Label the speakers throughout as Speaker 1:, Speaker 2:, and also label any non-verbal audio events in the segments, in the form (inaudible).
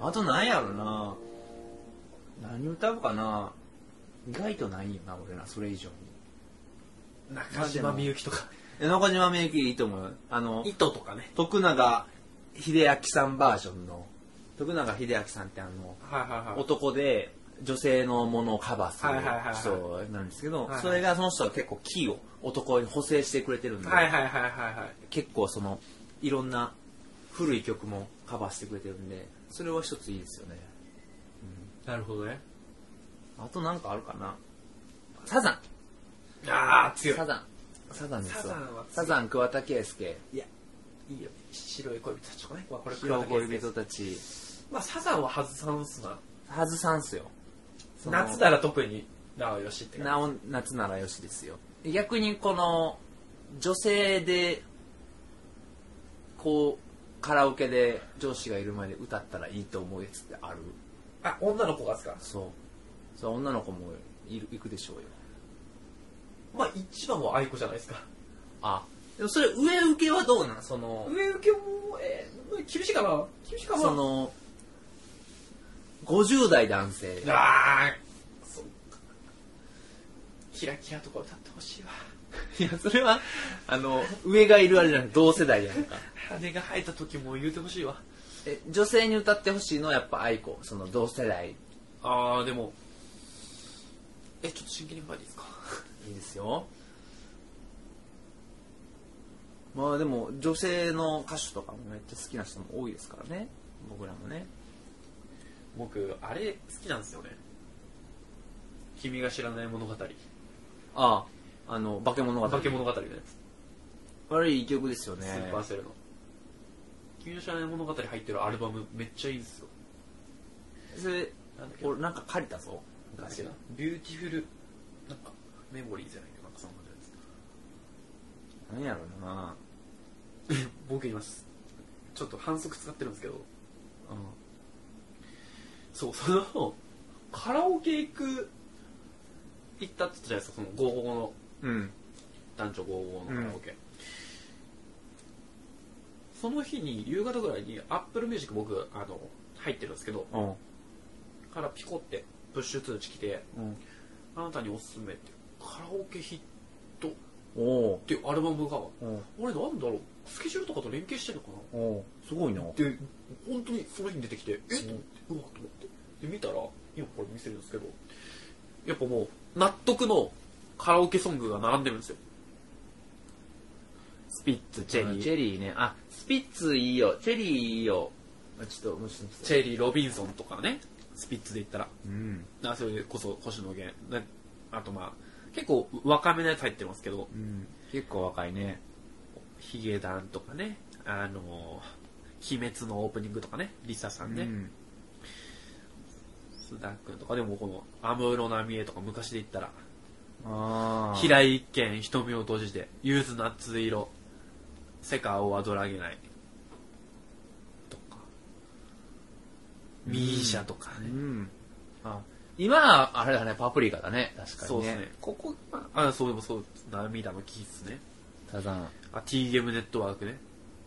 Speaker 1: あとなんやろな何歌うかな意外とないよな俺らそれ以上に
Speaker 2: 中島みゆきとか
Speaker 1: え中島みゆきいいと思うよあの
Speaker 2: 糸とかね
Speaker 1: 徳永英明さんバージョンの徳永英明さんってあの
Speaker 2: はいはいはい
Speaker 1: 男で女性のものをカバ
Speaker 2: はいはいはいは
Speaker 1: ー
Speaker 2: い
Speaker 1: する人なんですけど、
Speaker 2: はいはい
Speaker 1: それがその人は結構キーを男に補正してくれてるんで、
Speaker 2: はいはいはいはいはい
Speaker 1: 結構そのいろんな古い曲もカバーしてくれてるんでそれは一ついいですよね
Speaker 2: なるほどね
Speaker 1: あとなんかあるかなサザン
Speaker 2: ああ強い
Speaker 1: サザンサザンです
Speaker 2: サ
Speaker 1: よ
Speaker 2: ザンは強い
Speaker 1: サザン桑田佳祐
Speaker 2: いいよ白い恋人たちとかねまあこれ
Speaker 1: 白恋
Speaker 2: 人
Speaker 1: 人たち
Speaker 2: まあサザンは外さんすな
Speaker 1: 外さんすよその
Speaker 2: 夏なら特になおよしって感
Speaker 1: なお夏ならよしですよ逆にこの女性でこうカラオケで上司がいる前で歌ったらいいと思うやつってある
Speaker 2: じあ女の子がですか
Speaker 1: そうそれは女の子もいるいくでしょうよ
Speaker 2: まあ一番は愛子じゃないですか
Speaker 1: あでもそれ上受けはどうなんその
Speaker 2: 上受けもえー厳しいかな厳しいかな
Speaker 1: その50代男性
Speaker 2: ああそうかキラキラとか歌ってほしいわ
Speaker 1: いやそれはあの上がいるあれじゃなくて同世代やんか
Speaker 2: 羽が生えた時も言うてほしいわ
Speaker 1: え女性に歌ってほしいのはやっぱ愛子その同世代
Speaker 2: ああでもえちょっと真剣に考えていいですか
Speaker 1: いいですよまあでも女性の歌手とかもめっちゃ好きな人も多いですからね僕らもね
Speaker 2: 僕あれ好きなんですよね君が知らない物語
Speaker 1: あああの化け物語
Speaker 2: 化け物語ね
Speaker 1: 悪い曲ですよね
Speaker 2: スーパーセルの君の知らない物語入ってるアルバムめっちゃいいんですよ
Speaker 1: それ
Speaker 2: なんだっけな
Speaker 1: 俺なんか借りたぞ
Speaker 2: なんだ
Speaker 1: 昔
Speaker 2: っけなビューティフルなんかメモリーじゃないけどなんかそんなやつ
Speaker 1: 何やろうな、
Speaker 2: 僕いますちょっと反則使ってるんですけど
Speaker 1: う
Speaker 2: そうそのカラオケ行く行ったって言ったじゃないですかその55の
Speaker 1: ん、うん、
Speaker 2: 男女55のカラオケ、その日に夕方ぐらいにアップルミュージック僕あの入ってるんですけど
Speaker 1: うん
Speaker 2: からピコってプッシュ通知来て
Speaker 1: うん
Speaker 2: 「あなたにおすすめ」って「カラオケヒット」っ
Speaker 1: おお
Speaker 2: ていうアルバムが
Speaker 1: お
Speaker 2: 俺なんだろうスケジュールとかと連携してるのかな
Speaker 1: おおすごいな
Speaker 2: で本当にその日に出てきてえっ
Speaker 1: う
Speaker 2: と思
Speaker 1: ん
Speaker 2: ってうわっと思ってで見たら今これ見せるんですけどやっぱもう納得のカラオケソングが並んでるんですよ
Speaker 1: スピッツチェリ
Speaker 2: う
Speaker 1: ー
Speaker 2: ん
Speaker 1: チェリーねあスピッツいいよチェリーいいよあちょっともうちょっと
Speaker 2: チェリー・ロビンソンとかねスピッツで言ったら
Speaker 1: うん
Speaker 2: あそれこそ星野源なあとまあ結構若めのやつ入ってますけど
Speaker 1: うん結構若いね
Speaker 2: ヒゲダンとかねあのー鬼滅のオープニングとかねリサさんね、
Speaker 1: うん
Speaker 2: 須田君とかでもこの安室奈美恵とか昔で言ったら
Speaker 1: ああ
Speaker 2: 平井堅瞳を閉じてゆず夏色世界をはドラげないとかミーシャとか
Speaker 1: う
Speaker 2: ね、
Speaker 1: ん。あ、今はあれだね、パプリカだね。確か
Speaker 2: そ
Speaker 1: に
Speaker 2: うで
Speaker 1: ね。
Speaker 2: すねここまああそうでもそう涙のキスね
Speaker 1: サザン。
Speaker 2: あ TM ネットワークね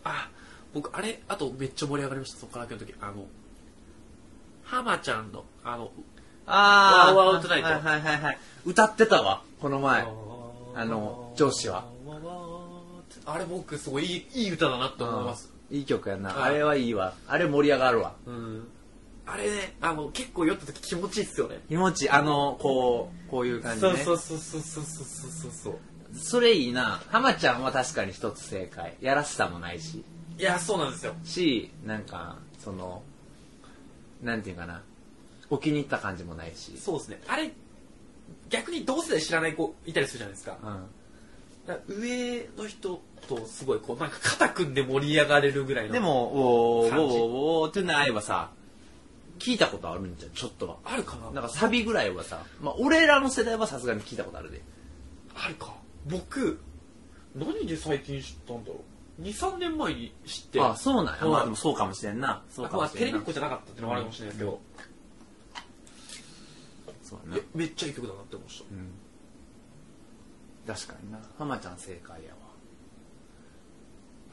Speaker 2: あ僕あれあとめっちゃ盛り上がりましたそこからの時あの浜ちゃんのあの
Speaker 1: あ
Speaker 2: ーワウワウトナイト
Speaker 1: はいはいはいはい。歌ってたわ、この前。あの上司は
Speaker 2: あれ僕すごいいいいい歌だなって思います
Speaker 1: いい曲やな。
Speaker 2: はい
Speaker 1: あれはいいわ。あれ盛り上がるわ。
Speaker 2: うんあれねあの結構酔った時気持ちいいっすよね
Speaker 1: 気持ちいい、あの、こう、こういう感じね。
Speaker 2: そうそうそうそうそうそうそう
Speaker 1: それいいな。浜ちゃんは確かに一つ正解。やらしさもないし。
Speaker 2: いやそうなんですよ
Speaker 1: し、なんか、その、なんていうかな。お気に入った感じもないし。
Speaker 2: そうですねあれ逆に同世代知らない子いたりするじゃないですか
Speaker 1: うん。
Speaker 2: だから上の人とすごいこうなんか肩組んで盛り上がれるぐらいの
Speaker 1: でも、おー、
Speaker 2: 感じ
Speaker 1: おー、おー、ってないはさ、聞いたことあるんじゃん、ちょっとは。
Speaker 2: あるかな
Speaker 1: なんかサビぐらいはさ、まあ、俺らの世代はさすがに聞いたことあるで。
Speaker 2: あるか僕何で最近知ったんだろう23年前に知って
Speaker 1: あ、そうなんや。
Speaker 2: うん
Speaker 1: まあでもそうかもしれんな。そうか
Speaker 2: ま
Speaker 1: も
Speaker 2: あ
Speaker 1: し
Speaker 2: テ
Speaker 1: れん
Speaker 2: レビ
Speaker 1: な
Speaker 2: っ。子じゃなかったってのもあるかもしれないですけど、
Speaker 1: そうやな
Speaker 2: え。めっちゃいい曲だなって思いまし
Speaker 1: うん。確かにな。浜ちゃん正解やわ。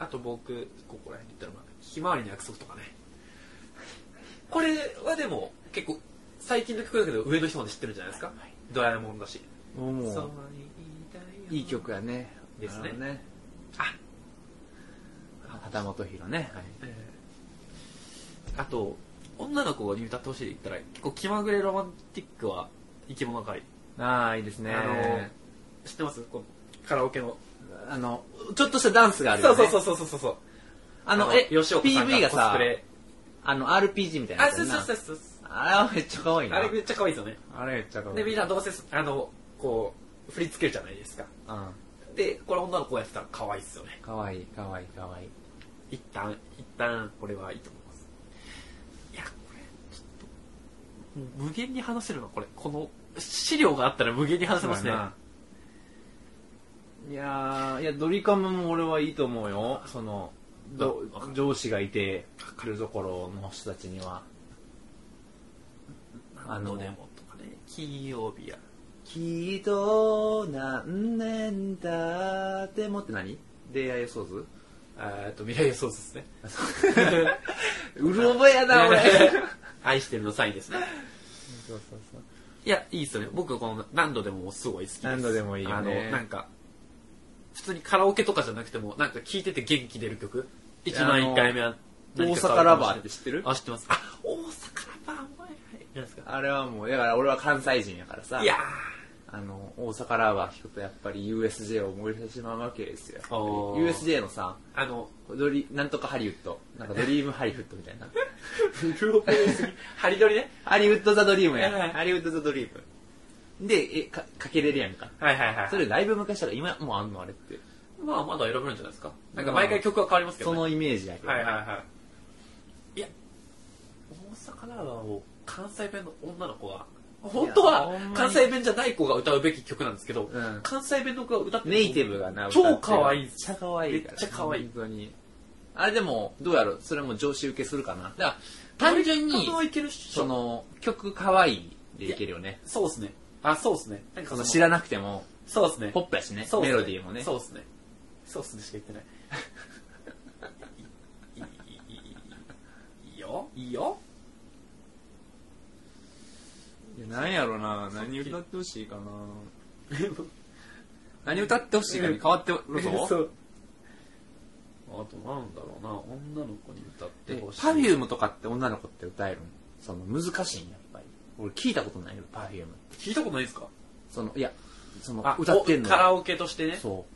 Speaker 2: (laughs) たあと僕ここら辺で言ったらまあ「ひまわりの約束」とかねこれはでも結構最近の曲だけど上の人まで知ってるんじゃないですか、ドラえもんだし、
Speaker 1: もういい曲やね
Speaker 2: ですね
Speaker 1: あの
Speaker 2: あ
Speaker 1: 畑本博ね、はい
Speaker 2: えーあと女の子に歌ってほしいって言ったら結構気まぐれロマンティックは生き物会
Speaker 1: ああいいですね
Speaker 2: あの知ってますこのカラオケの、
Speaker 1: あのちょっとしたダンスがある
Speaker 2: そ
Speaker 1: よ、
Speaker 2: う
Speaker 1: ね、
Speaker 2: そうそうそうそうそう
Speaker 1: あのえ
Speaker 2: 吉岡さん
Speaker 1: PV が
Speaker 2: コス
Speaker 1: さ
Speaker 2: プレ
Speaker 1: あの RPG みたいな
Speaker 2: あ
Speaker 1: やつ
Speaker 2: そう
Speaker 1: やんな
Speaker 2: そうそうそう
Speaker 1: あれはめっちゃ可愛いな
Speaker 2: あれめっちゃ可愛いですよね
Speaker 1: あれめっちゃ可愛い
Speaker 2: でみんなどうせあのこう振り付けるじゃないですか
Speaker 1: うん
Speaker 2: でこれ女の子やってたら可愛いですよね
Speaker 1: 可愛い可愛い可愛い
Speaker 2: 一旦一旦これはいいと思いますいやこれちょっともう無限に話せるなこれこの資料があったら無限に話せますね
Speaker 1: そうやないやーいやドリカムも俺はいいと思うよそのど
Speaker 2: わかる
Speaker 1: 上司がいて来るところの人たちには
Speaker 2: あのでもとかね金曜日や
Speaker 1: きっと何年経ってもって何出会い予想図
Speaker 2: えっと未来予想図ですね
Speaker 1: うる覚えやな俺
Speaker 2: (laughs) 愛してるのサインですね
Speaker 1: そうそうそう
Speaker 2: いやいいっすよね僕この何度でもすごい好きです
Speaker 1: 何度でもいいよね
Speaker 2: あのなんか普通にカラオケとかじゃなくてもなんか聴いてて元気出る曲一番1回目は
Speaker 1: 大
Speaker 2: 何か
Speaker 1: 阪
Speaker 2: 変わ
Speaker 1: ラ
Speaker 2: るかもしれない
Speaker 1: バーって知ってる
Speaker 2: あ、知ってます。あ、大阪ラバーも偉いじゃないですか。
Speaker 1: あれはもうだから俺は関西人やからさ
Speaker 2: いや
Speaker 1: あの大阪ラバー聞くとやっぱり USJ を思い出してしまうわけですよやっぱり
Speaker 2: おー
Speaker 1: USJ のさ
Speaker 2: ーあの、
Speaker 1: ドリなんとかハリウッドなんかドリームハリウッドみたいな
Speaker 2: フルオペですぎ。 (laughs) ハリドリね。
Speaker 1: ハリウッド・ザ・ドリームや、
Speaker 2: はい
Speaker 1: ハリウッド・ザ・ドリームでえかかけれるやんか
Speaker 2: はいはいはい。
Speaker 1: それだいぶ昔だから今もうあんのあれって
Speaker 2: まあ、まだ選べるんじゃないですか。なんか毎回曲は変わりますけど、
Speaker 1: そ
Speaker 2: ね。
Speaker 1: のイメージやけど、
Speaker 2: はいはいはい。いや、大阪ラバーを関西弁の女の子が、本当
Speaker 1: い
Speaker 2: は
Speaker 1: やほんまに
Speaker 2: 関西弁じゃない子が歌うべき曲なんですけど、
Speaker 1: うん
Speaker 2: 関西弁の子が歌ってる
Speaker 1: ネイティブがな
Speaker 2: 超可愛い
Speaker 1: め
Speaker 2: で
Speaker 1: っ
Speaker 2: す
Speaker 1: ちゃ可愛いから
Speaker 2: めっちゃ可愛い
Speaker 1: 本当にあれでもどうやろうそれも上司受けするかなだから単純に
Speaker 2: これいけるっしょ
Speaker 1: その曲可愛いでいけるよね
Speaker 2: そうっすね。あ、そうっすね。なんか
Speaker 1: そ
Speaker 2: その
Speaker 1: の知らなくても
Speaker 2: そうっすね。
Speaker 1: ポップやしね
Speaker 2: そうっす
Speaker 1: メロディーもね
Speaker 2: そうですね。そうですねしか言ってない。 (laughs) いいいいいいよいいよ (laughs)
Speaker 1: いや何やろな何歌ってほしいかな何歌ってほしいかに変わってる (laughs) ぞ
Speaker 2: そうあとなんだろうな女の子に歌ってほしい
Speaker 1: パフュームとかって女の子って歌えるのその難しいんやっぱり俺聞いたことないよパフューム
Speaker 2: 聞いたことないですか
Speaker 1: そのいやその歌ってんの
Speaker 2: おカラオケとしてね
Speaker 1: そう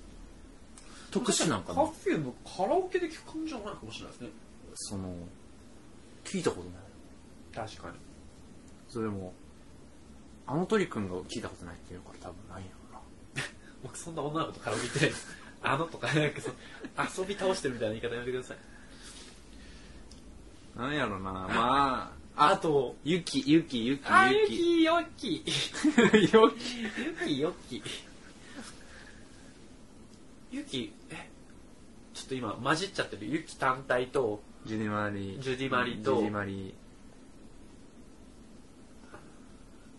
Speaker 1: 特殊なんか
Speaker 2: カ
Speaker 1: な
Speaker 2: フェもカラオケで聞く感じじゃないかもしれないですね
Speaker 1: その聞いたことない
Speaker 2: 確かに
Speaker 1: それもあの鳥くんが聞いたことないっていうから多分ないんやろ
Speaker 2: 僕そんな女の子とカラオケ行ってない (laughs) ですあのとかなんかその遊び倒してるみたいな言い方やめてください
Speaker 1: ななんやろなま
Speaker 2: あと
Speaker 1: ゆきゆきゆき
Speaker 2: あゆ
Speaker 1: ゆき
Speaker 2: きよき
Speaker 1: よ
Speaker 2: ゆきよきゆきえちょっと今混じっちゃってるゆき単体と
Speaker 1: ジュディマリ
Speaker 2: ジュディマリと
Speaker 1: ジュディマリ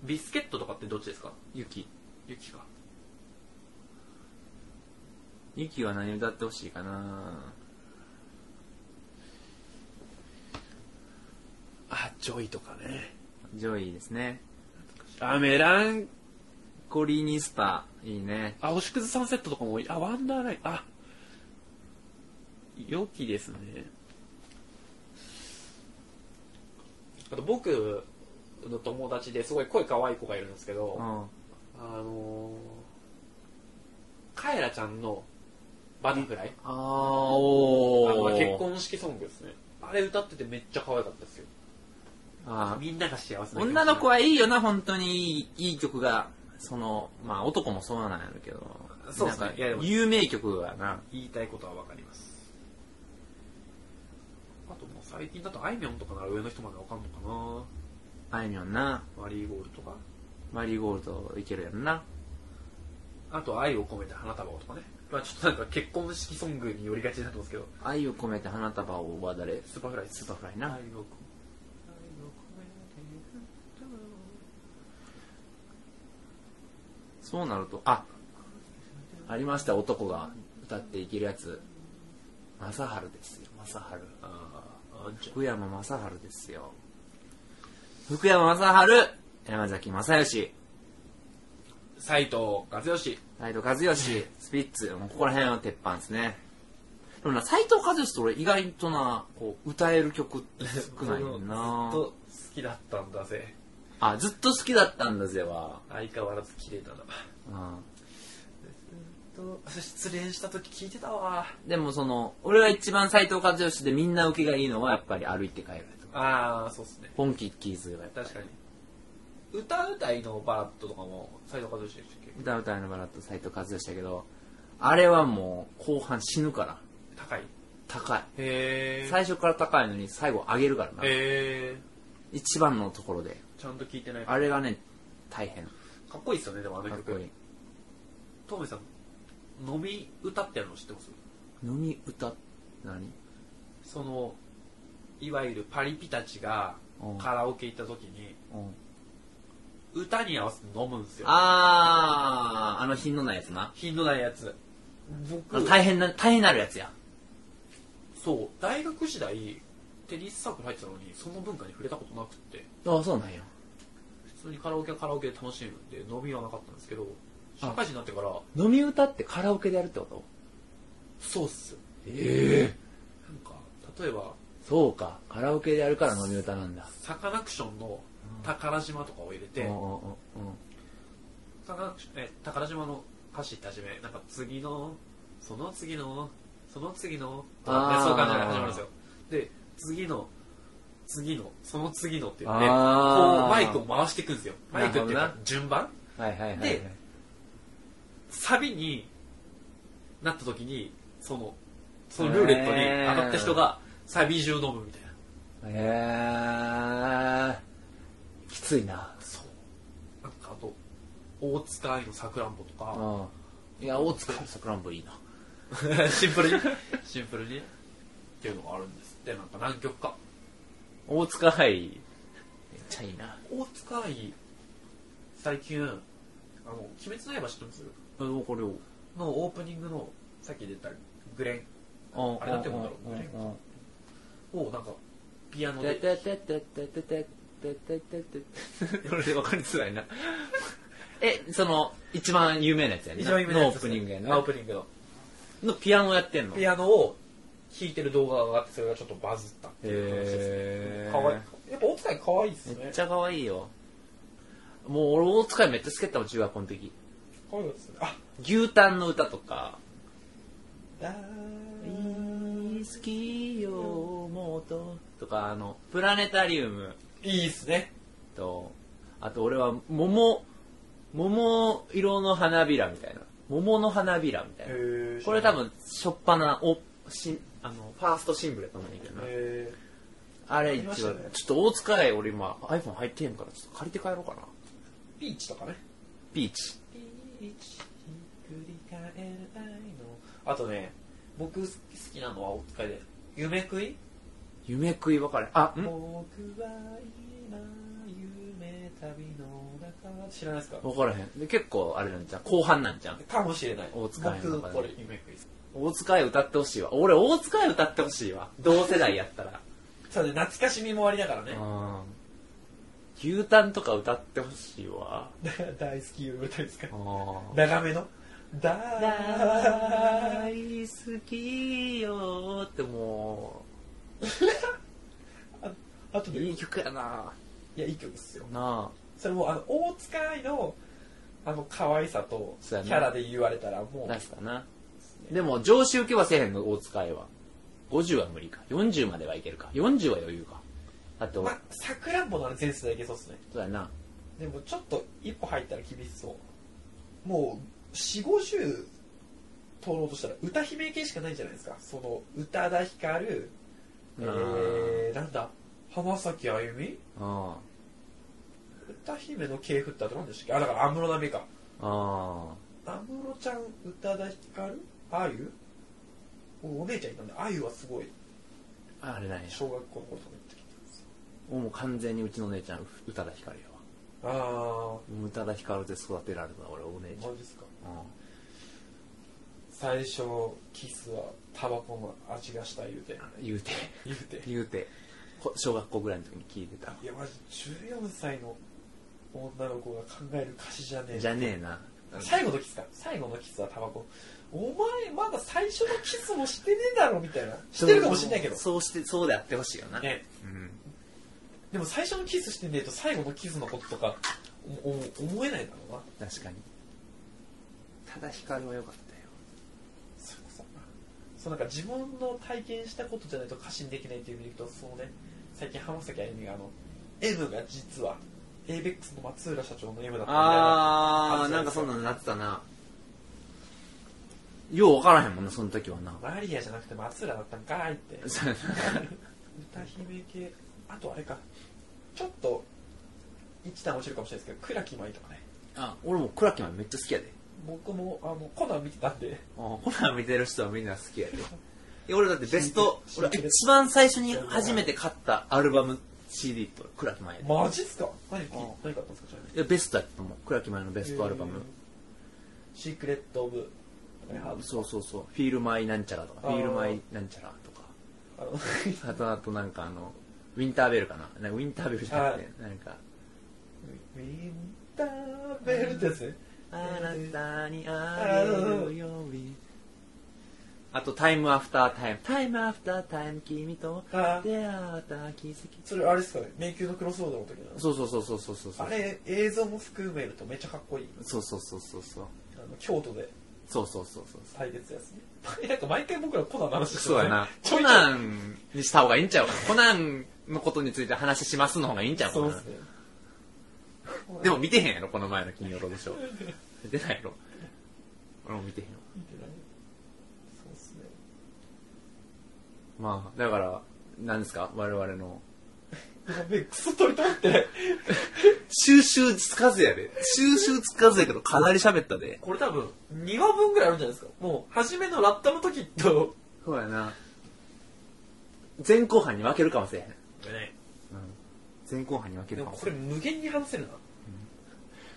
Speaker 2: ビスケットとかってどっちですか
Speaker 1: ゆき
Speaker 2: ゆきが
Speaker 1: ゆきは何歌ってほしいかな
Speaker 2: あジョイとかね
Speaker 1: ジョイですねあメランコリニスパいいね
Speaker 2: あ星屑サンセットとかもいいあワンダーラインあよきですねあと僕の友達ですごい声可愛い子がいるんですけど、
Speaker 1: うん
Speaker 2: あのー、カエラちゃんのバタフライ、
Speaker 1: あーお
Speaker 2: あの
Speaker 1: ー
Speaker 2: 結婚式ソングですね。あれ歌っててめっちゃ可愛かったですよ。
Speaker 1: あー
Speaker 2: みんなが幸せな
Speaker 1: 女の子
Speaker 2: は、
Speaker 1: はいいよな本当にいいいい曲がそのまあ男もそうなんやろうけど
Speaker 2: そうっすね
Speaker 1: なんか
Speaker 2: いやでも
Speaker 1: 有名曲がな
Speaker 2: 言いたいことはわかります。あともう最近だとあいみょんとかなら上の人までわかんのか
Speaker 1: あいみょんな
Speaker 2: なマリーゴールドとか。
Speaker 1: マリーゴールドいけるやんな
Speaker 2: あと愛を込めて花束をとかね。まあちょっとなんか結婚式ソングによりがちになってますけど、
Speaker 1: 愛を込めて花束をは誰
Speaker 2: スーパーフライです
Speaker 1: スーパーフライ
Speaker 2: 愛を
Speaker 1: な
Speaker 2: 込め愛を込めて花束を
Speaker 1: そうなるとあありました男が歌っていけるやつ正治ですよ正治
Speaker 2: あーあー、じゃあ
Speaker 1: 福山正治ですよ福山雅治、山崎正義、
Speaker 2: 斎藤和義。
Speaker 1: 内藤和義、スピッツ、もうここら辺は鉄板ですね。でもな、斎藤和義と俺意外とな、こう、歌える曲少ないねんな
Speaker 2: ずっと好きだったんだぜ。
Speaker 1: あ、ずっと好きだったんだぜは。
Speaker 2: 相変わらず綺麗だな。
Speaker 1: う
Speaker 2: と失恋した時聞いてたわ。
Speaker 1: ん。でもその、俺が一番斎藤和義でみんな受けがいいのはやっぱり歩いて帰るとか。
Speaker 2: ああ、そうっすね。
Speaker 1: 本気ッキーズがやっぱり
Speaker 2: 確かに。歌うたいのバラットとかも斎藤和義でしたっけ
Speaker 1: 歌うたいのバラッド斎藤和義だけど、あれはもう後半死ぬから。
Speaker 2: 高い。
Speaker 1: 高い。
Speaker 2: へえ。
Speaker 1: 最初から高いのに最後上げるからな。
Speaker 2: へえ。
Speaker 1: 一番のところで。
Speaker 2: ちゃんと聞いてない
Speaker 1: あれがね、大変。
Speaker 2: かっこいいっすよね、でもあの
Speaker 1: かっ
Speaker 2: 曲。
Speaker 1: こいい。
Speaker 2: トメさん、飲み歌ってやるの知ってます
Speaker 1: 飲み歌何
Speaker 2: その、いわゆるパリピたちが
Speaker 1: うん
Speaker 2: カラオケ行った時に、
Speaker 1: うん
Speaker 2: 歌に合わせて飲むんですよ。
Speaker 1: あー、あの品のないやつな。
Speaker 2: 品のないやつ。
Speaker 1: あ
Speaker 2: 僕
Speaker 1: の、大変な、大変なるやつや。
Speaker 2: そう、大学時代、テニスサークル入ってたのに、その文化に触れたことなくって、
Speaker 1: あそうなんや。
Speaker 2: 普通にカラオケはカラオケで楽しむんで、飲みはなかったんですけど、社会人になってから、
Speaker 1: 飲み歌ってカラオケでやるってこと
Speaker 2: そうっす。
Speaker 1: ええ
Speaker 2: なんか、例えば、
Speaker 1: そうか。カラオケでやるから飲み歌なんだ。
Speaker 2: サカナクションの宝島とかを入れて、
Speaker 1: うんうんうんうん
Speaker 2: たかえ宝島の歌詞って始めなんか次のその次のその次のとかね
Speaker 1: あー
Speaker 2: そういう感じで始まるんですよで次の次のその次のって言ってこう
Speaker 1: あー
Speaker 2: マイクを回していくんですよマイクっていう
Speaker 1: なる
Speaker 2: か
Speaker 1: ほど
Speaker 2: 順番
Speaker 1: はいはいはいはい。
Speaker 2: でサビになった時にそのそのルーレットに当たった人がサビ中飲むみたいな
Speaker 1: えー、きついな。
Speaker 2: そうなんかあと大塚愛のさくらんぼとか
Speaker 1: うん。いや、大塚さくらんぼいいな。
Speaker 2: (laughs) シン
Speaker 1: (laughs)
Speaker 2: プルにシンプルにっていうのがあるんですってなんか何曲か
Speaker 1: 大塚杯、めっちゃいいな。
Speaker 2: 大塚愛最近「あの鬼滅の刃」知ってます
Speaker 1: あ、でもこれを。
Speaker 2: のオープニングのさっき出たグレ
Speaker 1: あ
Speaker 2: あれなんて読むんだろう
Speaker 1: うん
Speaker 2: ンをなんかピアノ
Speaker 1: てて
Speaker 2: で
Speaker 1: てててててててててこれで分かりづらいな。え、その、一番有名なやつやね。
Speaker 2: や
Speaker 1: の
Speaker 2: つ
Speaker 1: オープニングや
Speaker 2: あ
Speaker 1: な
Speaker 2: オー。プニングの
Speaker 1: のピアノやってんの
Speaker 2: ピアノを弾いてる動画が上がってそれがちょっとバズったっていう話です
Speaker 1: へー
Speaker 2: ねかわいいやっぱ大塚愛かわいいです
Speaker 1: め
Speaker 2: ね
Speaker 1: っちゃ可愛いよ。もう俺大塚めっちゃ好きやったもん、中学校の時。
Speaker 2: かわいいですねあ
Speaker 1: 牛タンの歌とか。
Speaker 2: だ
Speaker 1: 好きよ、もうと。とか、あの、プラネタリウム
Speaker 2: いいですね
Speaker 1: と、あと俺は桃、桃色の花びらみたいな。桃の花びらみたいな。これ多分、しょっぱな、お、し、あの、ファーストシングルやと思うんだけどな。
Speaker 2: え
Speaker 1: あれ
Speaker 2: あり
Speaker 1: 一
Speaker 2: ま
Speaker 1: 番、
Speaker 2: し
Speaker 1: ち
Speaker 2: た
Speaker 1: ょ
Speaker 2: ね
Speaker 1: っと大塚へ俺今 iPhone 入ってへんから、ちょっと借りて帰ろうかな。
Speaker 2: ーピーチとかね
Speaker 1: ピーチ。
Speaker 2: ピーチひっくり返る愛のあとね僕好き好きなのはお使いで「夢食い」
Speaker 1: 夢食い分かれ。あ、
Speaker 2: 僕
Speaker 1: ん
Speaker 2: は今夢旅の中知らないですか
Speaker 1: 分からへん。で、結構あれなんじゃん。後半なんじゃん。
Speaker 2: かもしれない
Speaker 1: 大塚愛の中
Speaker 2: 僕
Speaker 1: で
Speaker 2: これ夢食いです
Speaker 1: 大塚へ歌ってほしいわ。俺大塚へ歌ってほしいわ。同世代やったら。
Speaker 2: そうね懐かしみもありながら
Speaker 1: う
Speaker 2: ね
Speaker 1: ん。牛タンとか歌ってほしいわ。
Speaker 2: (laughs) 大好き夢歌いですか
Speaker 1: うん
Speaker 2: 長めの「だ
Speaker 1: 大好きよっても
Speaker 2: あと
Speaker 1: う、いい曲やない
Speaker 2: やいい曲ですよ
Speaker 1: なあ。
Speaker 2: それもあの大塚愛のあの可愛さとキ
Speaker 1: そうやね
Speaker 2: ャラで言われたらもう
Speaker 1: 出したな。でも、上司受けはせえへんの、大塚愛は。50は無理か。40まではいけるか。40は余裕か。だって、
Speaker 2: まあ、さくらんぼなら全世代いけそうですね。
Speaker 1: そうやな。
Speaker 2: でもちょっと一歩入ったら厳しそう。もう、四五十通ろうとしたら歌姫系しかないんじゃないですか。その、宇多田ヒカル、えー、なんだ、浜崎あゆみ
Speaker 1: うん。
Speaker 2: 歌姫の系譜ってあと何でしたっけあ、だから安室奈美恵か。
Speaker 1: あ
Speaker 2: 安室ちゃん、宇多田ヒカル、あゆおお姉ちゃんいたんで、あゆはすごい、
Speaker 1: あ。あれなんや。
Speaker 2: 小学校の頃とか行ってきたんですよ。
Speaker 1: もう完全にうちの姉ちゃん、宇多田ヒカルやわ。
Speaker 2: あ
Speaker 1: もう宇多田ヒカルで育てられた俺、お姉
Speaker 2: ー、
Speaker 1: ちゃん。
Speaker 2: マジですか。
Speaker 1: うん
Speaker 2: 最初キスはタバコの味がした言うて
Speaker 1: 言うて、
Speaker 2: 言うて
Speaker 1: 言うて。こ小学校ぐらいの時に聞いてた
Speaker 2: いやマジ14歳の女の子が考える歌詞じゃねえ
Speaker 1: じゃねえな
Speaker 2: 最後のキスか最後のキスはタバコお前まだ最初のキスもしてねえだろみたいなしてるかもしんないけど
Speaker 1: そうしてそうであってほしいよな、
Speaker 2: ね
Speaker 1: うん
Speaker 2: でも最初のキスしてねえと最後のキスのこととかおお思えないだろうな
Speaker 1: 確かにただ光は良かったよ
Speaker 2: それこそそうなんか自分の体験したことじゃないと過信できないっていう意味でいくとそうね最近浜崎あゆみがあの M が実は ABEX の松浦社長の M だったみたいな
Speaker 1: あーなんかそんなのなってたなよう分からへんもんなその時はな
Speaker 2: マリアじゃなくて松浦だったんかーいって
Speaker 1: そうやな
Speaker 2: 歌姫系あとあれかちょっと一段落ちるかもしれないですけど倉木舞とかね
Speaker 1: あ (laughs) 俺もクラッキーマンめっちゃ好きやで
Speaker 2: 僕もあのコナン見てたんで
Speaker 1: あコナン見てる人はみんな好きやでいや俺だってベスト
Speaker 2: 新
Speaker 1: 俺
Speaker 2: 規です
Speaker 1: 一番最初に初めて買ったアルバム CD とクラッキーマンやで
Speaker 2: マジっすか何
Speaker 1: あ
Speaker 2: 聞い何買ったんですかちなみに
Speaker 1: いやベストやったと思うクラッキーマンのベストアルバム、
Speaker 2: えーシークレット・オブ・ハーブ
Speaker 1: そうそうそう「フィール・マイ・なんちゃら」とか「フ
Speaker 2: あー
Speaker 1: ィール・マイ・なんちゃら」とか
Speaker 2: あの
Speaker 1: あとあとなんかあのウィンターベルかななんかウィンターベルじゃなくてなんか
Speaker 2: ウィンターベルってやつね
Speaker 1: 「あなたに会えるより」あと「タイム・アフター・タイム」「タイム・アフター・タイム君と
Speaker 2: あ
Speaker 1: 出会った奇跡」
Speaker 2: それあれっすかね迷宮のクロスオーダーの時なの
Speaker 1: そうそうそうそうそうそうそう
Speaker 2: あれ映像も含めるとめっちゃかっこいい
Speaker 1: そうそうそうそうそう
Speaker 2: あの京都で
Speaker 1: そうそうそうそう
Speaker 2: 対決やつね (laughs) なんか毎回僕らコナンの話して
Speaker 1: そうやな
Speaker 2: ちょ
Speaker 1: コ
Speaker 2: いちょい
Speaker 1: ナンにした方がいいんちゃうかなコナンのことについて話しますの方がいいんちゃうか
Speaker 2: そう
Speaker 1: な
Speaker 2: ですね
Speaker 1: でも見てへんやろ、この前の金曜ロードショー。出てないやろ。俺も見てへんわ。
Speaker 2: 見てないそうですね
Speaker 1: まあ、だから、なんですか我々の。
Speaker 2: やべえクソ取り留まってない
Speaker 1: 収集つかずやで。収集つかずやけど、かなり喋ったで。
Speaker 2: これ多分2話分ぐらいあるんじゃないですかもう初めのラッタの時と
Speaker 1: そうやな。前後半に分けるかもしれへん。
Speaker 2: ね
Speaker 1: 前後半に分け
Speaker 2: で
Speaker 1: る
Speaker 2: も
Speaker 1: かもし
Speaker 2: こ
Speaker 1: れ
Speaker 2: れ
Speaker 1: へん。
Speaker 2: 無限に話せるな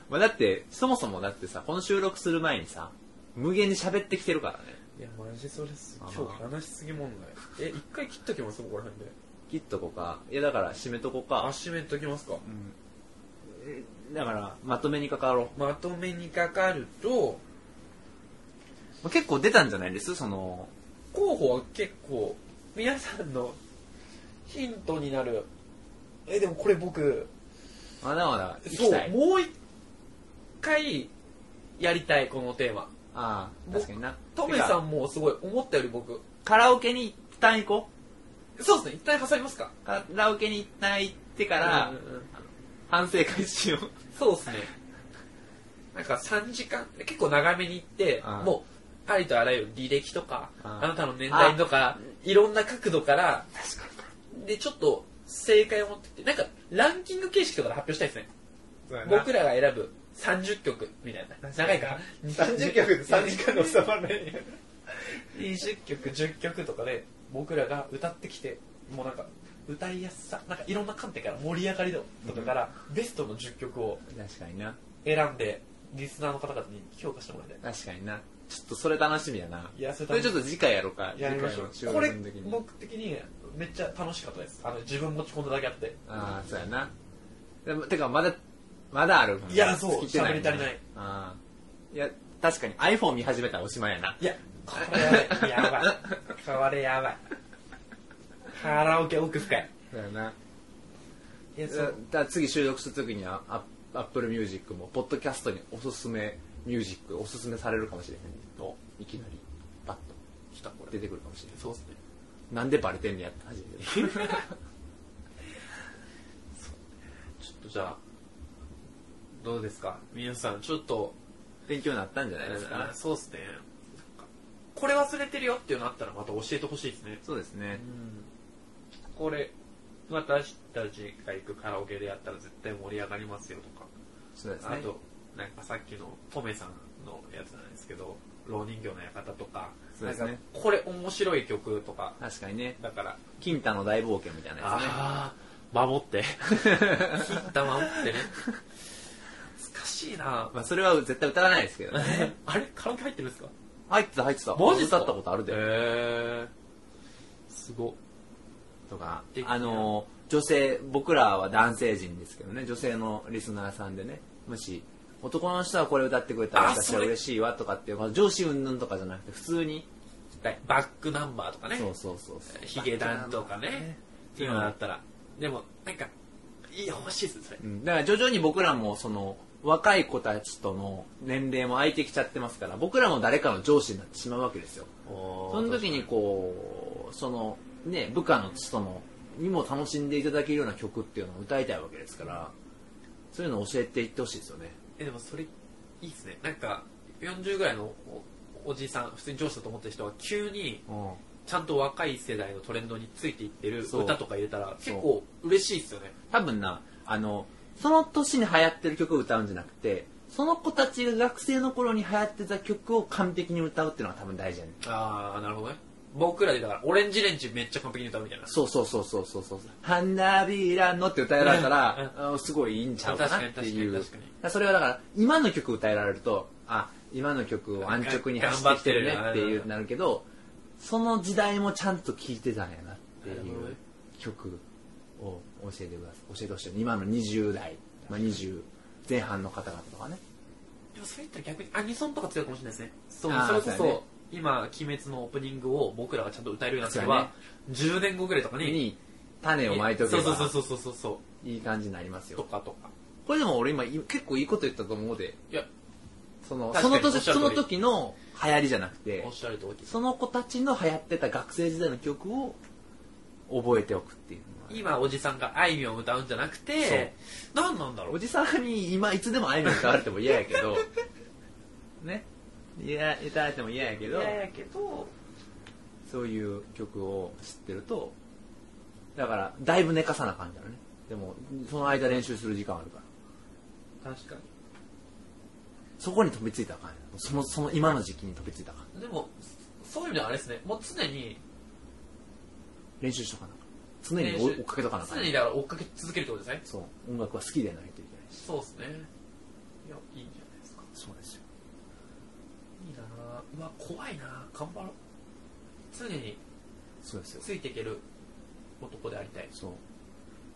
Speaker 1: まあ、だって、そもそもだってさ、この収録する前にさ、無限に喋ってきてるからね。
Speaker 2: いやマジそれっす
Speaker 1: あ
Speaker 2: 今
Speaker 1: ー
Speaker 2: 日話しすぎ問題え一回切っときますここら辺で
Speaker 1: 切っとこうか。いや、だから、締めとこう
Speaker 2: あ
Speaker 1: か。
Speaker 2: 締めときますか
Speaker 1: うん。えだから、まとめに関わろう。
Speaker 2: まとめにかかると
Speaker 1: まあ結構出たんじゃないですその、
Speaker 2: 候補は結構皆さんのヒントになるえでもこれ僕
Speaker 1: まだまだ行
Speaker 2: そ
Speaker 1: きた
Speaker 2: う
Speaker 1: い。
Speaker 2: もう一回やりたいこのテーマ
Speaker 1: ああ、
Speaker 2: 僕
Speaker 1: 確かにな。
Speaker 2: トメ
Speaker 1: てか
Speaker 2: さんもすごい思ったより僕
Speaker 1: カラオケに一旦行こ
Speaker 2: そうですね一旦挟みますか
Speaker 1: う。カラオケに一旦行ってから、
Speaker 2: うんうんうん
Speaker 1: 反省会しよう。
Speaker 2: そうですねなんか3時間結構長めに行って
Speaker 1: ああ
Speaker 2: もうありとあらゆる履歴とか
Speaker 1: あ
Speaker 2: あ
Speaker 1: あ
Speaker 2: なたの年代とかいろんな角度からでちょっと正解を持ってきてなんかランキング形式とかで発表したいですね僕らが選ぶ30曲みたいな長いか
Speaker 1: 30曲で3時間で収
Speaker 2: まらない20曲10曲とかで僕らが歌ってきてもうなんか歌いやすさなんかいろんな観点から盛り上がり度とかから、ベストの10曲を
Speaker 1: 確かにな。
Speaker 2: 選んでリスナーの方々に評価してもらいたい
Speaker 1: 確かにな。ちょっとそれ楽しみやな。
Speaker 2: いやそれ
Speaker 1: それちょっと次回やろうか。
Speaker 2: やりましょ
Speaker 1: 次回
Speaker 2: う
Speaker 1: の
Speaker 2: これ
Speaker 1: 収録の時に。
Speaker 2: 僕的にめっちゃ楽しかったですあの自分持ち込んだだけあって
Speaker 1: ああ、そうやな。でもてか、まだ、まだあるもんない
Speaker 2: やそう
Speaker 1: 尽きてないもん
Speaker 2: 喋り足りない。
Speaker 1: ああ。いや、確かに iPhone 見始めたらおしまいやな。
Speaker 2: いやこれやばいやばいこれやばいカラオケ奥深い
Speaker 1: そうやな。
Speaker 2: いや
Speaker 1: だから次収録するときにはアアップルミュージックもポッドキャストにおすすめミュージックおすすめされるかもしれへんといきなりパッと
Speaker 2: 来たこ
Speaker 1: 出てくるかもしれへ
Speaker 2: そうっすね
Speaker 1: んなんでバレてんねやって初めて
Speaker 2: ちょっとじゃあどうですか皆さんちょっと
Speaker 1: 勉強になったんじゃないです
Speaker 2: あ
Speaker 1: か
Speaker 2: そうっすねこれ忘れてるよっていうのあったらまた教えてほしいですね
Speaker 1: そうですね
Speaker 2: これ私たちが行くカラオケでやったら絶対盛り上がりますよとか
Speaker 1: そうです
Speaker 2: あ
Speaker 1: ね
Speaker 2: となんかさっきのトメさんのやつなんですけど「老人形の館」とか
Speaker 1: そうですね
Speaker 2: なんかこれ面白い曲とか
Speaker 1: 確かにね
Speaker 2: だから
Speaker 1: 金太の大冒険みたいなやつね
Speaker 2: ああ守って金太守
Speaker 1: (laughs)
Speaker 2: ってね難しいな
Speaker 1: まあそれは絶対歌わないですけど
Speaker 2: (laughs)
Speaker 1: ね
Speaker 2: あれカラオケ入ってるんですか
Speaker 1: 入ってた入ってた
Speaker 2: マジっす
Speaker 1: 歌
Speaker 2: か
Speaker 1: ったことあるで、
Speaker 2: へえすご
Speaker 1: とか
Speaker 2: できない
Speaker 1: あの女性僕らは男性陣ですけどね女性のリスナーさんでねもし男の人はこれ歌ってくれたら
Speaker 2: あ
Speaker 1: 私
Speaker 2: そ
Speaker 1: は
Speaker 2: れ
Speaker 1: 嬉しいわとかっていうまあ上司云々とかじゃなくて普通に、
Speaker 2: バックナンバーとかね
Speaker 1: そうそうそうそう
Speaker 2: ヒゲダンとかねっていうのだったらでもなんかいい欲しいですそれ
Speaker 1: うんだから徐々に僕らもその若い子たちとの年齢も空いてきちゃってますから僕らも誰かの上司になってしまうわけですよそ
Speaker 2: そ
Speaker 1: の時にこうそのね部下の人のにも楽しんでいただけるような曲っていうのを歌いたいわけですからそういうのを教えていってほしいですよね
Speaker 2: えでもそれいいですねなんか40ぐらいのおおじいさん普通に上司だと思ってる人は急にちゃんと若い世代のトレンドについていってる
Speaker 1: そう
Speaker 2: 歌とか入れたら
Speaker 1: そう
Speaker 2: 結構嬉しいですよね
Speaker 1: 多分なあのその年に流行ってる曲を歌うんじゃなくてその子たちが学生の頃に流行ってた曲を完璧に歌うっていうのが多分大事やね
Speaker 2: ああなるほどね僕らでだからオレンジレンジめっちゃ完璧に歌うみたいな
Speaker 1: そうそうそうそうそうそう花びらのって歌えられたら、あのすごいいいんちゃうかなっていう
Speaker 2: 確かに確かに確
Speaker 1: それはだから今の曲歌えられるとあ今の曲を安直に走ってきてるねっていうなるけどその時代もちゃんと聴いてたんやなってい
Speaker 2: なるほど
Speaker 1: う
Speaker 2: ね
Speaker 1: 曲を教えてください教えてほしい今の20代、まあ、20前半の方々とかね
Speaker 2: でもそれ言ったら逆にアニソンとか強いかもしれないですねそう
Speaker 1: あー
Speaker 2: それこ
Speaker 1: そ
Speaker 2: そう
Speaker 1: やね
Speaker 2: 今「鬼滅」のオープニングを僕らがちゃんと歌えるようになった
Speaker 1: そ
Speaker 2: の
Speaker 1: うや
Speaker 2: は
Speaker 1: ね
Speaker 2: 10年後ぐらいとかに
Speaker 1: に種をまいとけば
Speaker 2: そうそうそうそうそうそ
Speaker 1: いい感じになります
Speaker 2: うと
Speaker 1: よ
Speaker 2: かとか
Speaker 1: これでも俺今い結構いいこと言ったと思うで
Speaker 2: いや
Speaker 1: そのそ
Speaker 2: 確か
Speaker 1: の
Speaker 2: にお
Speaker 1: 時
Speaker 2: っしゃる
Speaker 1: そ
Speaker 2: 通り
Speaker 1: の時の流行りじゃなくて
Speaker 2: おっしゃる通り
Speaker 1: その子たちの流行ってた学生時代の曲を覚えておくっていうのは
Speaker 2: 今おじさんがあいみょんを歌うんじゃなくて何なんだろ
Speaker 1: お
Speaker 2: う
Speaker 1: じさんに今いつでもあいみょん歌われても嫌やけ
Speaker 2: (laughs)
Speaker 1: どねいや歌われても嫌やけ
Speaker 2: い
Speaker 1: ど
Speaker 2: やけど
Speaker 1: そういう曲を知ってるとだからだいぶ寝かさな感じだねでもその間練習する時間あるから
Speaker 2: 確か
Speaker 1: そこに飛びついた感じそのその今の時期に飛びついた感じ
Speaker 2: にでもそそういう意味ではあれですねもう常に
Speaker 1: 練習しとかな常に追い追っかけとかな
Speaker 2: 常にだから追っかけ続けるってことですね
Speaker 1: そう音楽は好きでないといけないし
Speaker 2: そうですねいやいいんじゃないですか
Speaker 1: そうですよ
Speaker 2: いいなあうわ怖いなあ頑張ろう常に
Speaker 1: そうですよ
Speaker 2: ついていける男でありたい
Speaker 1: そう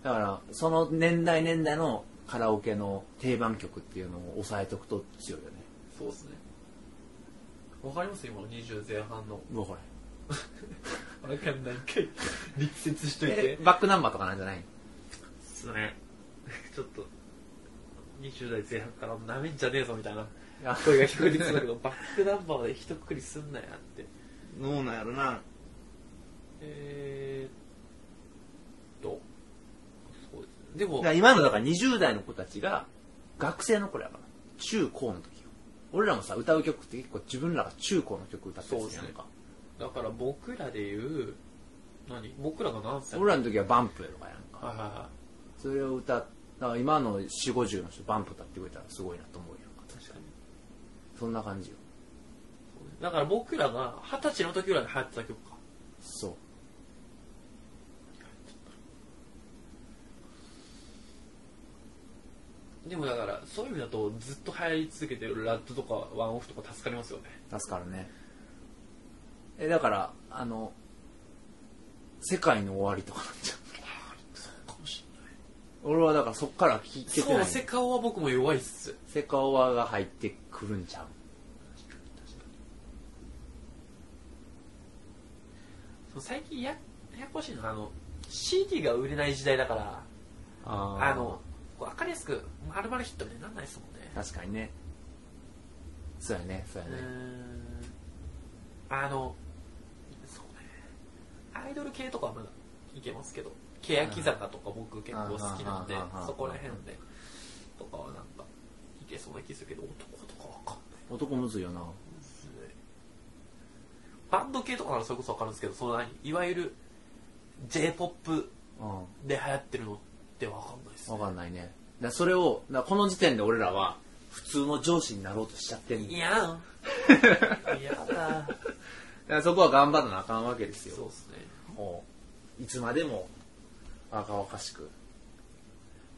Speaker 1: だからその年代年代のカラオケの定番曲っていうのを押さえとくと強いよね
Speaker 2: そうですねわかります今の20前半の
Speaker 1: うわこれ
Speaker 2: わかんないかい力説しと
Speaker 1: えバックナンバーとかなんじゃない
Speaker 2: そうね (laughs) ちょっと20代前半からなめんじゃねえぞみたいな
Speaker 1: あ
Speaker 2: 声が聞こえてきそうだけど (laughs) バックナンバーで一括りすんなやって
Speaker 1: どうなんやろな
Speaker 2: えーっとそうですねでも
Speaker 1: 今のだから20代の子たちが学生の頃やから中高の時よ俺らもさ歌う曲って結構自分らが中高の曲歌ってるじゃんか、
Speaker 2: だから僕らで言う何僕らが何歳
Speaker 1: 俺らの時はバンプやとかやんか
Speaker 2: はいはいは
Speaker 1: それを歌っだから今の4 5 0の人バンプ歌ってくれたらすごいなと思うやんか
Speaker 2: い確かに
Speaker 1: そんな感じよ
Speaker 2: だから僕らが二十歳の時ぐらいに流行ってた曲か
Speaker 1: そう
Speaker 2: でもだからそういう意味だとずっと流行り続けてるラッドとかワンオフとか助かりますよね
Speaker 1: 助かるねえだからあの「世界の終わり」とかなっちゃう
Speaker 2: そうかもしれない
Speaker 1: 俺はだからそっから聞けて
Speaker 2: そ
Speaker 1: な
Speaker 2: う
Speaker 1: い
Speaker 2: セカオは僕も弱いっす
Speaker 1: セカオワが入ってくるんちゃう
Speaker 2: そう最近やややこしいのはあの CD が売れない時代だから
Speaker 1: あ
Speaker 2: あのこう分かりやすく丸々ヒットみたいになんないですもんね
Speaker 1: 確かにねそうやねそうや
Speaker 2: うー
Speaker 1: ね、
Speaker 2: んあのそうねアイドル系とかはまだいけますけど欅坂とか僕結構好きなんで
Speaker 1: うんうんうんうん
Speaker 2: そこら辺でとかはなんかいけそうな気するけど男とかわかんない
Speaker 1: 男むずいよな
Speaker 2: ですねバンド系とかならそれこそわかるんですけどその何いわゆる j p o p
Speaker 1: う
Speaker 2: で流行ってるのってわかんないです
Speaker 1: んわかんないねだからそれをだからこの時点で俺らは普通の上司になろうとしちゃってんの
Speaker 2: い
Speaker 1: だか
Speaker 2: や (laughs) んいやだ
Speaker 1: らそこは頑張らなあかんわけですよ
Speaker 2: そうっすね
Speaker 1: もういつまでも若々しく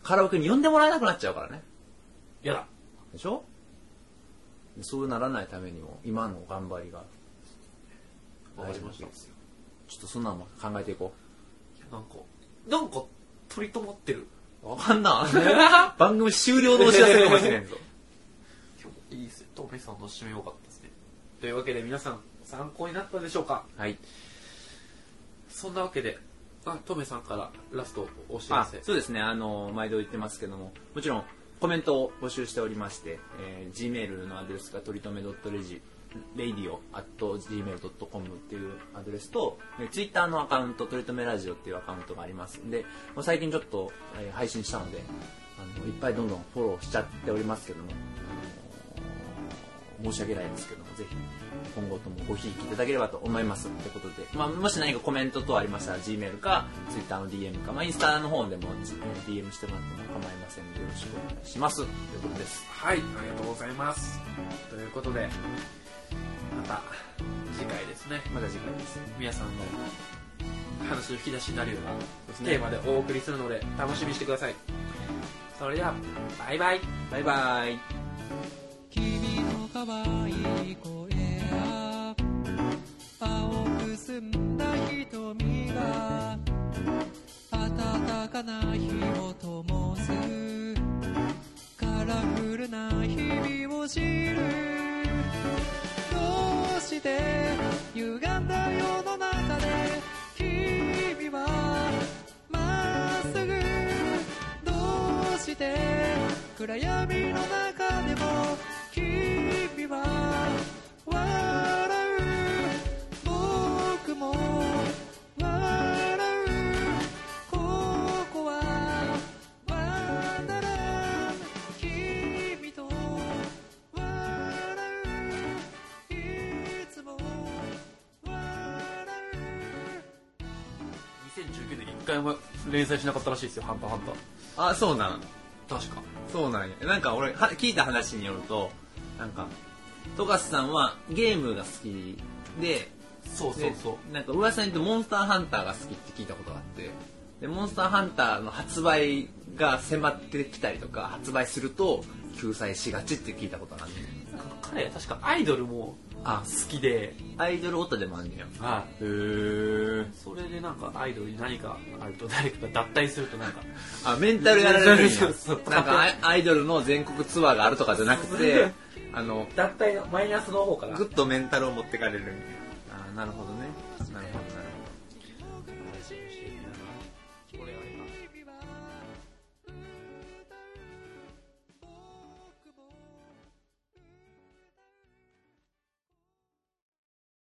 Speaker 1: カラオケに呼んでもらえなくなっちゃうからね
Speaker 2: やだ
Speaker 1: でしょそうならないためにも今の頑張りが
Speaker 2: わかりま
Speaker 1: 大
Speaker 2: した
Speaker 1: 事なわけですよちょっとそんなのも考えていこ
Speaker 2: いやなんかなんか取り留まってる
Speaker 1: わかんな。 (laughs) 番組終了のお知らせかもしれんぞ。
Speaker 2: 今日もいいですねトメさんの締めよかったですねというわけで皆さん参考になったでしょうか
Speaker 1: はい。
Speaker 2: そんなわけであトメさんからラストお知ら
Speaker 1: あ
Speaker 2: せ
Speaker 1: そうですね、あの、毎度言ってますけども、もちろんコメントを募集しておりまして、えー Gmail のアドレスがとりとめ .regi、radio.gmail.com っていうアドレスと、えー Twitter のアカウント、とりとめラジオっていうアカウントがありますんで、もう最近ちょっと、えー配信したのであの、いっぱいどんどんフォローしちゃっておりますけども、申し訳ないですけども、ぜひ今後ともごひいきいただければと思いますってことで、まあ、もし何かコメント等ありましたら Gmail か Twitter の DM か、まあ、インスタの方でもえー DM してもらっても構いませんのでよろしくお願いしますということです
Speaker 2: はいありがとうございますということでまた次回ですね
Speaker 1: また次回です
Speaker 2: 皆さんの話の引き出しになるような
Speaker 1: ね
Speaker 2: テーマでお送りするので楽しみにしてくださいそれではバイバイ
Speaker 1: バイバイ
Speaker 3: 君の可愛い声や青く澄んだ瞳が暖かな火を灯すカラフルな日々を知るどうして歪んだ世の中で君はまっすぐどうして暗闇の中でも君は笑う僕も笑うここはワンダラン君と笑ういつも笑う
Speaker 2: 2019年一回も連載しなかったらしいですよ「ハンターハンター
Speaker 1: あそうなん」
Speaker 2: 確か
Speaker 1: そうなんやなんか俺は聞いた話によるとなんか富樫さんはゲームが好きで
Speaker 2: そうそ
Speaker 1: で
Speaker 2: うそう
Speaker 1: なんか噂によるとモンスターハンターが好きって聞いたことがあってでモンスターハンターの発売が迫ってきたりとか発売すると救済しがちって聞いたことがあるね
Speaker 2: なんか彼確かアイドルも
Speaker 1: あ
Speaker 2: 好きで、
Speaker 1: アイドルオタでもあんねやへ
Speaker 2: は
Speaker 1: え
Speaker 2: い、それでなんかアイドルに何かあると誰かが脱退するとなんか
Speaker 1: あメンタルやられるんや
Speaker 2: そうそうそう
Speaker 1: なんかアイアイドルの全国ツアーがあるとかじゃなく (laughs) てあの
Speaker 2: 脱退のマイナスの方から
Speaker 1: グッとメンタルを持ってかれるみたいなあーなるほどねなるほどなるほど
Speaker 2: 俺は今